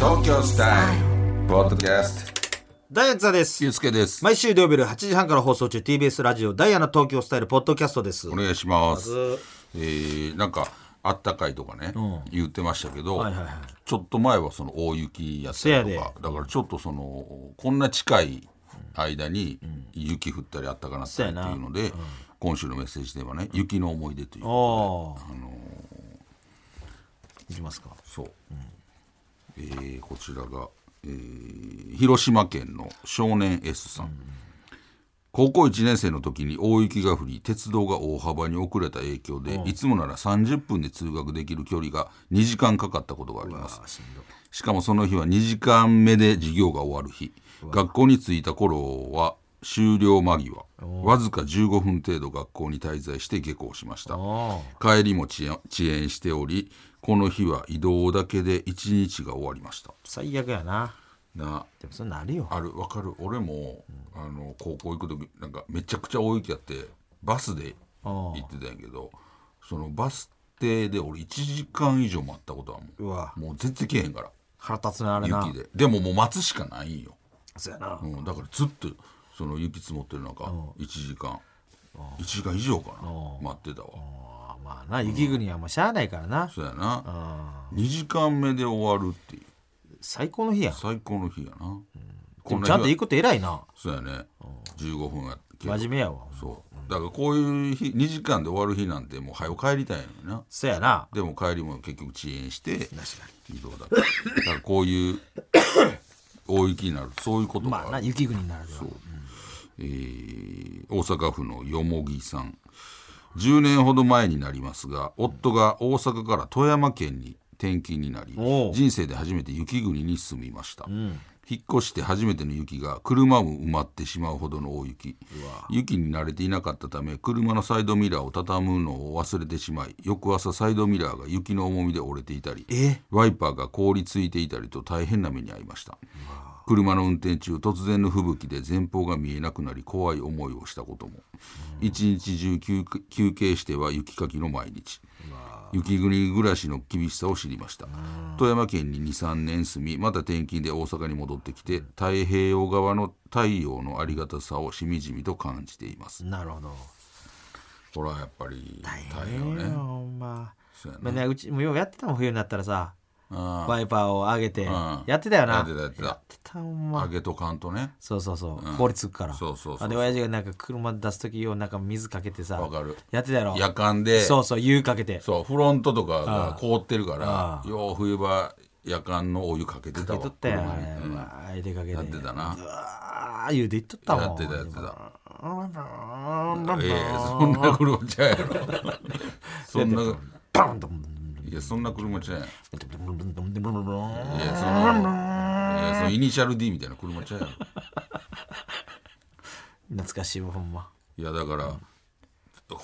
ョンスタイルポッドキャストダイアンツァですゆ。うすけです、毎週土曜日夜8時半から放送中 TBS ラジオダイアナ東京スタイルポッドキャストです。お願いしますえー、なんかあったかいとかね、言ってましたけど、いはいはいちょっと前はその大雪やっせたやりでとかだからちょっとそのこんな近い間に雪降ったりあったかなったりっていうので、今週のメッセージではね雪の思い出というおお。いきますか。そう、えーこちらが、えー広島県の少年 S さん、高校1年生の時に大雪が降り鉄道が大幅に遅れた影響で、いつもなら30分で通学できる距離が2時間かかったことがありますしかもその日は2時間目で授業が終わる日学校に着いた頃は終了間際わずか15分程度学校に滞在して下校しましたお帰りも遅延遅延しておりこの日は移動だけで一日が終わりました最悪やな。なでもそれなるよ。あるわかる俺も、あの高校行く時なんかめちゃくちゃ大雪やってバスで行ってたんやけどそのバス停で俺1時間以上待ったことはもううわもう全然来えへんから腹立つなあれな。雪ででももう待つしかないんよ、そうやなう。ん、だからずっとその雪積もってる中1時間1時間以上かな待ってたわあーまあな雪国はもうしゃあないからな。そうやな2時間目で終わるっていう最高の日やん。最高の日やな、でこもなち日ゃはんと行くこと偉いな。そうやね15分やけど真面目やわ。そうだからこういう日2時間で終わる日なんてもう早く帰りたいのになそうやな。でも帰りも結局遅延して移動だからだからこういう大雪になるそういうことがあまるあな雪国ならでは。えー大阪府のよもぎさん10年ほど前になりますが夫が大阪から富山県に転勤になりおう人生で初めて雪国に住みました、引っ越して初めての雪が車も埋まってしまうほどの大雪雪に慣れていなかったため車のサイドミラーを畳むのを忘れてしまい翌朝サイドミラーが雪の重みで折れていたりえワイパーが凍りついていたりと大変な目に遭いました車の運転中突然の吹雪で前方が見えなくなり怖い思いをしたことも一日中休休憩しては雪かきの毎日雪国暮らしの厳しさを知りました富山県に23年住みまた転勤で大阪に戻ってきて太平洋側の太陽のありがたさをしみじみと感じていますなるほど。これはやっぱり大ええ変よねほんま。そうやなまあね、うちもようやってたもん冬になったらさあワイパーを上げてんやってたよなやってたやってたたほんあまげとかんとねそうそうそう凍りつくからそうそうそうあで親父がなんか車出す時よなんか水かけてさわかるやってたやろ夜間でそうそう湯かけてそうフロントとかが凍ってるからよう冬場夜間のお湯かけてたやわっとったよあ車れにうわー出かけてややってたなうわー言うて言っとったもんやってたやってたたええそんな車ちゃうや ろそんなバンドンいやそんな車ちゃうやんドンドンドンドンドンいやそのいやそのイニシャル D みたいな車ちゃうやろ懐かしいわほんまいやだから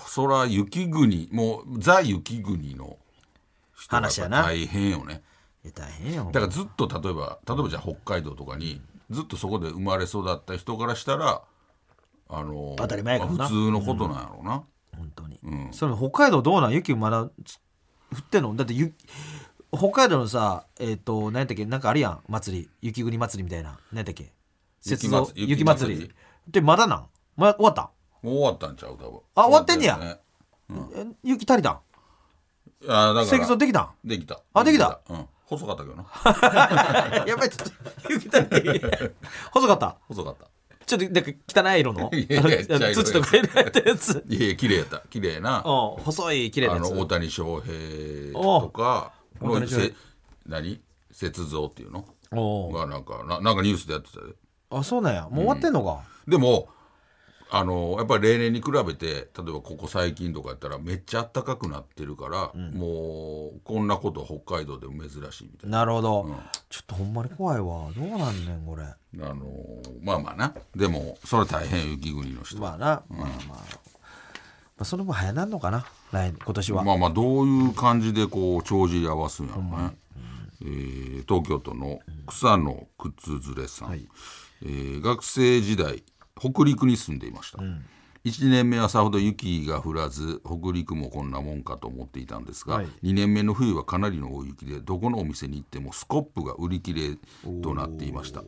そら雪国もうザ雪国の人が話やな大変よねいや大変よだからずっと例えば例えばじゃあ北海道とかにずっとそこで生まれ育った人からしたらあの当たり前やからなまあ普通のことなんやろうな、本当に、それ北海道どうなん雪まだつ降ってんのだって雪北海道のさえっ、と何やったっけなんかあるやん祭り雪国祭りみたいな何やったっけ雪像雪祭り雪祭雪り祭でまだなん、ま、終わった、もう終わったんちゃう多分あ終わってんねや終わったえ雪足りたんよねあだか積ら像できたん できたあできたうん細かったけどなやばいちょっと雪足りて細かった細かったちょっとなんか汚い色のいやいやあの茶色い土とか入れ たやついやいや綺麗やった綺麗なうん細い綺麗なあやのつ大谷翔平とかお大谷翔平せ何雪像っていうのおうがなんかななんかニュースでやってたであそうなんやもう終わってんのか、でもあのやっぱり例年に比べて例えばここ最近とかやったらめっちゃ暖かくなってるから、もうこんなこと北海道でも珍しいみたいなるほど、ちょっとほんまに怖いわどうなんねんこれなあのまあまあなでもそれは大変雪国の人、まあな、まあまあ、まあ、その分早なんのかな来年今年は、まあまあどういう感じでこう帳尻合わすんやろうね、えー東京都の草野靴ずれさん、えー学生時代北陸に住んでいました、 1年目はさほど雪が降らず北陸もこんなもんかと思っていたんですが、はい2年目の冬はかなりの大雪でどこのお店に行ってもスコップが売り切れとなっていました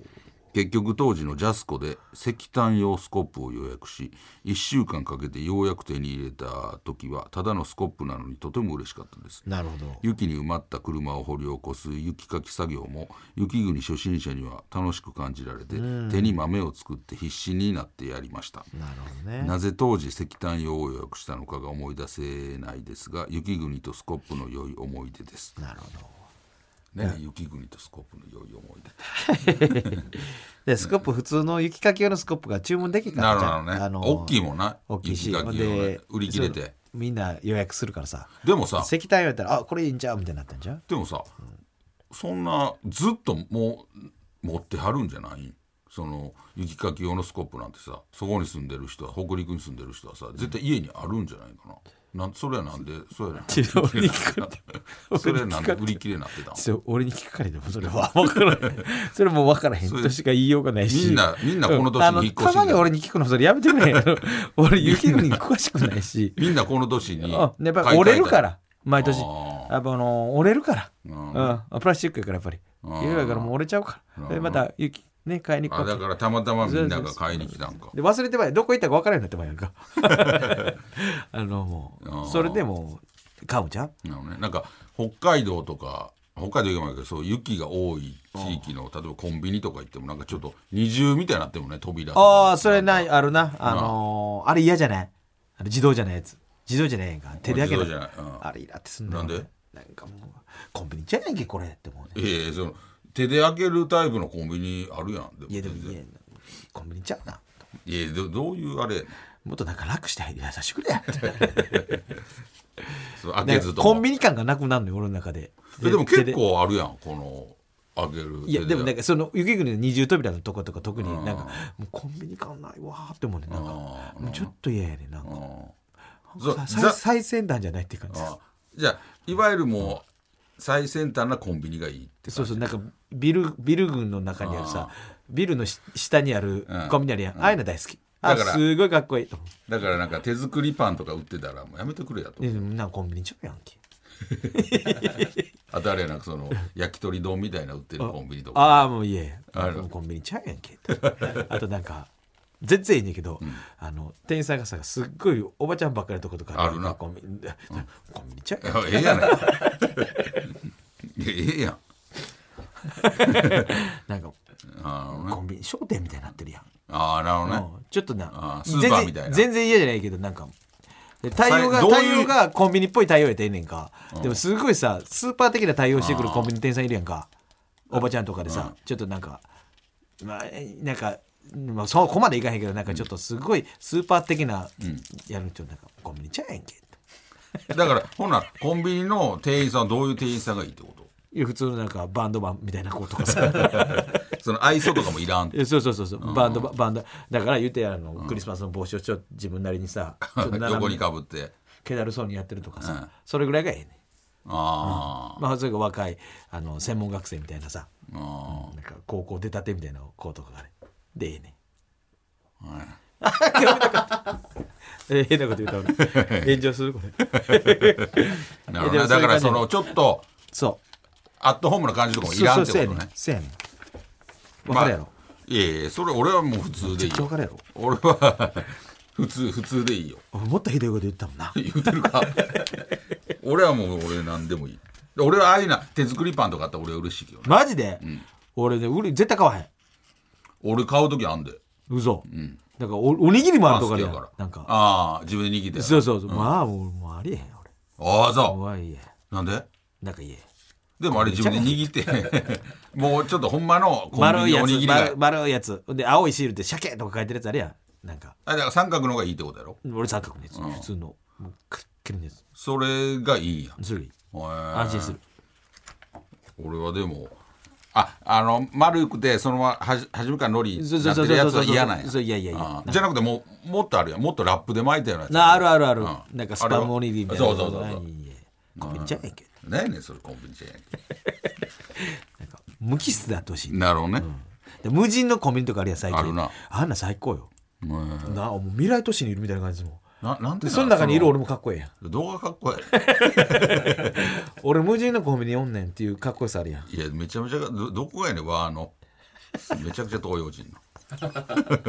結局当時のジャスコで石炭用スコップを予約し1週間かけてようやく手に入れた時はただのスコップなのにとても嬉しかったですなるほど雪に埋まった車を掘り起こす雪かき作業も雪国初心者には楽しく感じられて手に豆を作って必死になってやりましたなるほどねなぜ当時石炭用を予約したのかが思い出せないですが雪国とスコップの良い思い出ですなるほどね雪国とスコップの良い思い出でスコップ普通の雪かき用のスコップが注文できんからなるじほゃどね、んあの大きいもんな大きいし雪かき用で売り切れてそうみんな予約するからさでもさ石炭用やったらあこれいいんちゃうみたいになったんじゃんでもさ、そんなずっともう持ってはるんじゃないその雪かき用のスコップなんてさそこに住んでる人は北陸に住んでる人はさ絶対家にあるんじゃないかななんそれはなんでそれはなんで売り切れなってたそれはなんで売り切れになってたんそれ俺に聞かれてもそれは分からへん それも分からへんとしか言いようがないしみんなみんなこの年に引っ越あのたましに俺に聞くのそれやめてく れ俺雪国に詳しくないしみんなこの年うにんやっぱり折れるから毎年あやっぱあの折れるから、ううんんプラスチックやからやっぱりうん色やからもう折れちゃうからでまた雪ね買いに行あくわだけからたまたまみんなが買いに来たんかで忘れてまいどこ行ったか分からんようになってまいやん かあのもあーうそれでもう買うんちゃうなのね、なんか北海道とか北海道行けばいいけどそう雪が多い地域の例えばコンビニとか行ってもなんかちょっと二重みたいになってもね扉とかああそれないあるなあのーあれ嫌じゃないあの自動じゃないやつ自動じゃないやんか手で開け自動じゃないたうんあれイラってすんだなよんでなんかもうコンビニじゃないんけこれって思うねいやいやその手で開けるタイプのコンビニあるやんでもいやでも全然いやコンビニちゃうないやどどういうあれもっとなんか楽して優しくれやそう開けずともコンビニ感がなくなるのよ俺の中でえでも手結構あるやんこの開けるいや手でもなんかその雪国の二重扉のとことか特になんかもうコンビニ感ないわーって思うねなんかあーもうちょっと嫌やねなうんかんそうさザ最最先端じゃないっていう感じあじゃあいわゆるもう最先端なコンビニがいいってそう感じそうなんかビルビル群の中にあるさビルのし下にあるうんコンビニあるやん、ああいうの大好きあだからすごいかっこいいと思だからなんか手作りパンとか売ってたらもうやめてくれやとうででもなんかコンビニちゃうやんけあとあれやなその焼き鳥丼みたいな売ってるコンビニとかああもういえあらコンビニちゃうやんけ あとなんか全然いいねんけど、あの店員さんがさすっごいおばちゃんばっかりのとことかあるなコンビニ、コンビニちゃうやんええやないいやええやんなんかあのねコンビニ商店みたいになってるやん、あーなるほどねうんちょっとあなースーパーみたいな全然全然嫌じゃないけどなんか対応がどういう対応がコンビニっぽい対応やったらええねんか、でもすごいさスーパー的な対応してくるコンビニ店員さんいるやんかおばちゃんとかでさ、ちょっとなんかまあなんか、まあ、そこまでいかへんけどなんかちょっとすごいスーパー的な、やるとなんかコンビニちゃうやんけってだからほなコンビニの店員さんはどういう店員さんがいいってこといや普通のなんかバンドマンみたいな子と かさその愛想とかもいらんえそうそうそうそうバンドバンドだから言うてやあの、クリスマスの帽子をちょっと自分なりにさちょっと斜め 横にかぶって気だるそうにやってるとかさ、うんそれぐらいがええねあーまあそれが若いあの専門学生みたいなさあなんか高校出たてみたいな子とかがねでええねーはいえ変なこと言うた 俺炎上するこれなるほいどやねだでもそういう感じからそのちょっとそアットホームな感じとかうもいそうらんそうってそことうやねんねそうやねんわかるやろ、いやいやそれ俺はもう普通でいいちょっと分かるやろ俺は 普通普通でいいよ俺もっとひどいこと言ったもんな言うてるか 俺はもう俺何でもいい俺はああいうな手作りパンとかあったら俺は嬉しいけどねマジで、俺ね売り絶対買わへん俺買う時あんで嘘、だからおおにぎりもあパるンと好かきでややんからなんかああ自分で握ってそうそうそう、まあもうもうありえへん俺ああそ怖いえうなんでなんか言えでもあれ自分で握って もうちょっとほんまのコンビ丸ニいのやおつにぎりが丸丸いやつで青いシールで鮭とか書いてるやつあるやんなんかあだから三角の方がいいってことやろ俺三角のやつ、普通のもうくっきりのやつそれがいいんやずるいへー安心する俺はでもああの丸くてそのままはじ初めから海苔そうにそなっうそうてるやつは嫌なんやそういやいやいやあーじゃなくてもうもっとあるやんもっとラップで巻いたようなやつなあるあるある、うんなんかスパムおにぎりみたいなあれはそうそうそうそう何コンビニじゃないけど何やねんそれコンビニじゃんなんか無機質であってほしい、なるほどね、で無人のコンビニとかあるやん最近あるなあんな最高よなあもう未来都市にいるみたいな感じですもんななんてでなその中にいるそ俺もかっこええやんの動画かっこい俺無人のコンビニおんねんっていうかっこよさあるやんいいやめちゃめちゃどどこがやねんわあのめちゃくちゃ東洋人の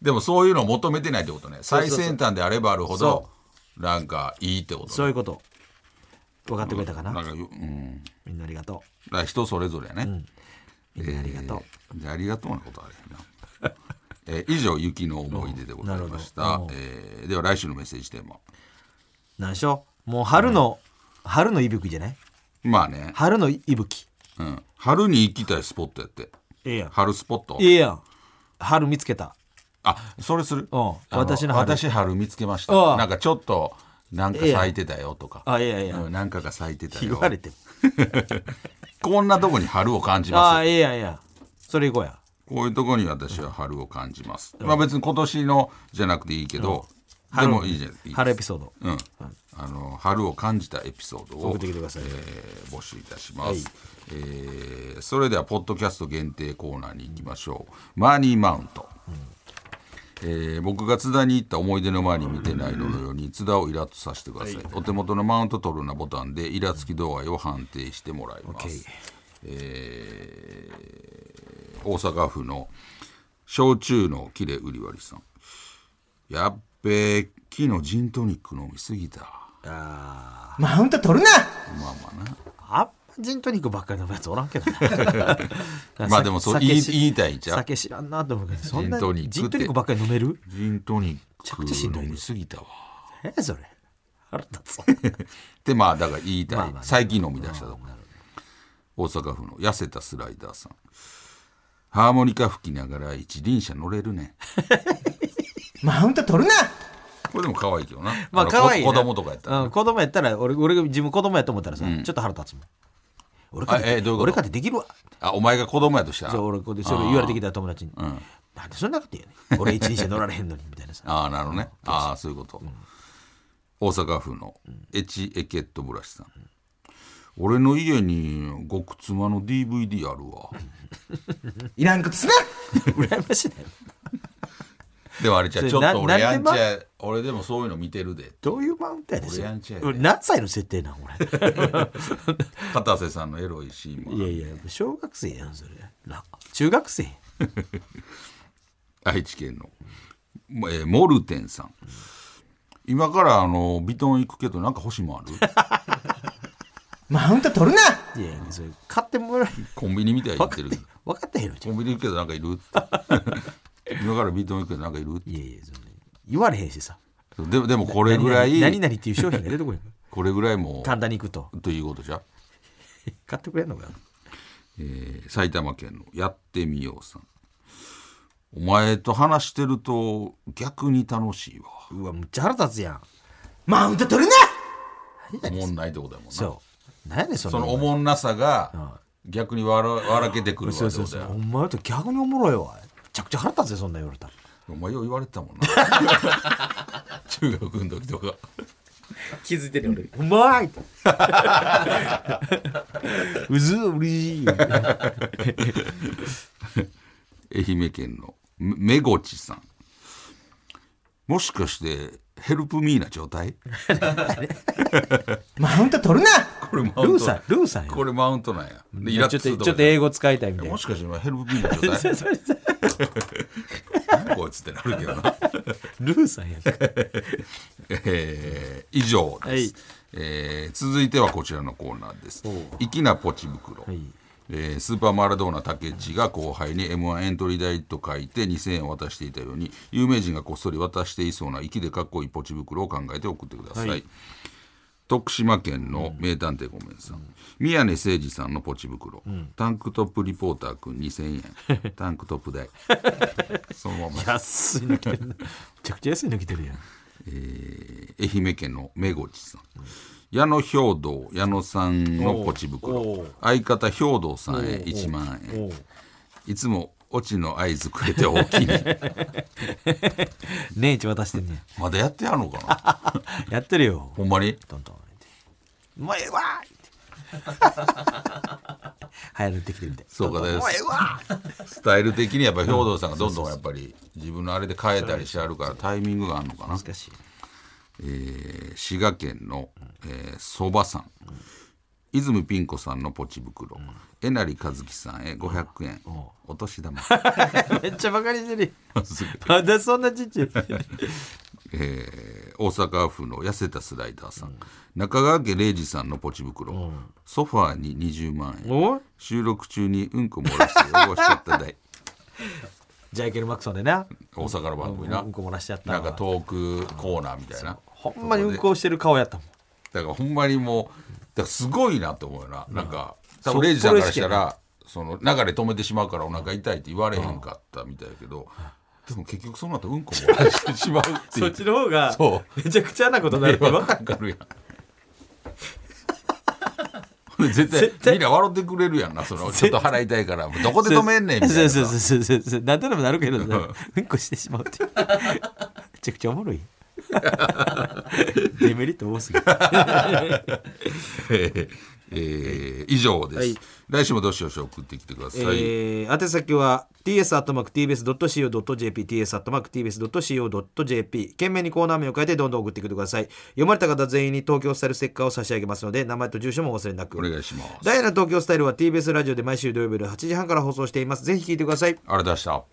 でもそういうのを求めてないってことねうそう最そう先端であればあるほどなんかいいってことねそういうこと分かってくれたかな、なんかようんみんなありがとだから人それぞれやね、うみんなありがとう、えーでありがとうなことあれやな。えー以上、雪の思い出でございましうんたなるほ。どえーでは来週のメッセージテーマ。なんでしょうもう春の、春の息吹じゃないまあね、春の息吹うん、春に行きたいスポットやって。ええやん春スポットええやん春見つけたあ、それする。うんあ私の春私春見つけましあた。あなんかちょっと、なんか咲いてたよとか。あいやいやうんなんかが咲いてた言よわ。れてもこんなとこに春を感じあまあす。ええやんええやんそれ行こうやこういうとこに私は春を感じます。まあ別に今年のじゃなくていいけど、でもいいじゃないですか春エピソードうん、あの春を感じたエピソードを送ってきてくださいえー募集いたします、えーそれではポッドキャスト限定コーナーに行きましょう、マーニーマウント、えー僕が津田に行った思い出の前に見てないののように津田をイラッとさせてください、お手元のマウント取るなボタンでイラつき度合いを判定してもらいます、 OK えー大阪府の焼酎の切れ売り割りさんやっべえ木のジントニック飲みすぎたあマウント取るなまあまーあんまジントニックばっかり飲むやつおらん けどねあなまあでもそう酒言い酒言いたいんちゃう酒知らんなと思うけどそんなジントニックってジントニックばっかり飲めるジントニッちゃクくちゃしんどい飲みすぎたわえそれ腹立つ でまあだから言いたい、まあまあね最近飲み出したとこ大阪府の痩せたスライダーさんハーモニカ吹きながら一輪車乗れるねマウント取るなこれでも可愛いけどな まあの可愛いこな子供とかやったら、うん子供やったら俺俺が自分子供やと思ったらさちょっと腹立つもん俺かあえどうていうこと俺かてできるわあお前が子供やとしたらそう俺こうでそれ言われてきた友達に「なんでそんなこと言うねん俺一日で乗られへんのに」みたいな さああなるほどねああそういうこと、大阪府のエチエケットブラシさん、俺の家に極妻の DVD あるわいらんことすな羨ましいねでもあれじゃうちそょれっと俺なやなんんでちまゃ俺でもそういうの見てるでどういうマウントやで俺やんちゃうよ俺何歳の設定なん俺片瀬さんのエロいシーンいもやいや小学生やんそれな中学生愛知県の、えーモルテンさん今からあのビトン行くけどなんか欲しいもんあ るマウント取るないやいやそれ買ってもらえコンビニみたいに言分ってかるって分かってへんのじコゃんンビニ行くけどなんかいる 今からビトン行くけどなんかいるいやいやそんな言われへんしさでもでもこれぐらい何々っていう商品が出てこい これぐらいもう簡単に行くとということじゃ、買ってくれんのかよえー埼玉県のやってみようさんお前と話してると逆に楽しいわうわむっちゃ腹立つやんマウント取るなおもんないってことだもんなそそう何やねんそののおもんなさが逆に笑笑けてくるわってそうことそうそだうおよ前と逆におもろいわめちゃくちゃ腹立つよそんなん言われたらお前よう言われてたもんな 中学の時とか気づいてる俺うまい うずうれしい愛媛県のめめごちさんもしかしてヘルプミーな状態マウント取るなこれマウントルーさんルーさんやこれマウントなんやでイちラょッっととすちょるっとと英語使いたいみたいなもしかしてお前ヘルプミーな 状態何こいつってなるけどなルーさんやえー以上です、はいえー続いてはこちらのコーナーです粋なポチ袋、いえースーパーマラドーナ竹内が後輩に m 1エントリー代と書いて2000円を渡していたように有名人がこっそり渡していそうな粋でかっこいいポチ袋を考えて送ってください、徳島県の名探誠ごめんさん、宮根誠司さんのポチ袋、タンクトップリポーターくん2000円タンクトップ代そのまま安いの来てるめちゃくちゃ安いの来てるやんえー愛媛県のめごちさん、矢野兵道矢野さんのポチ袋相方兵道さんへ1万円いつもオチの合図くれて大きい 年一渡してんねんまだやってやるのか なやってるよほんまに トントンってもうええわーって流行ってきてるみたいそうかですスタイル的にやっぱり兵藤さんがどんどんやっぱり自分のあれで変えたりしてあるからタイミングがあるのかな難しいえー滋賀県のえーそば、さん、泉ピン子さんのポチ袋、えなりかずきさんへ500円、お年 玉めっちゃバカにしてるまだそんなち っちゃいえー大阪府の痩せたスライダーさん、中川家礼二さんのポチ袋、ソファーに20万円お収録中にうんこ漏らして汚しちゃった代ジャイケル・マクソンでな大阪の番組な、うんこ漏らしちゃったなわんかトークコーナーみたいなほんまにうんこしてる顔やったもんだからほんまにもうだからすごいなって思うよな、なんか多分レイジさんからしたらその流れ止めてしまうからお腹痛いって言われへんかったみたいやけど、でも結局その後うんこ漏らしてしまうっていそうっちの方がそめちゃくちゃなことになる迷って分惑かかるかるやんほんで絶対絶対みんな笑ってくれるやんなそのちょっと払いたいからどこで止めんねんみたいそなうそうそうそうそう何とでもなるけどねうんこしてしまうっていうめちゃくちゃおもろい デメリット多すぎる えー以上です、はい来週もどしどし送ってきてください、えー、宛先は ts.tbs.co.jp ts.tbs.co.jp 懸命にコーナー名を変えてどんどん送ってきてください読まれた方全員に東京スタイルステッカーを差し上げますので名前と住所もお忘れなくお願いしますダイヤの東京スタイルは TBS ラジオで毎週土曜日夜8時半から放送していますぜひ聞いてくださいあれ出した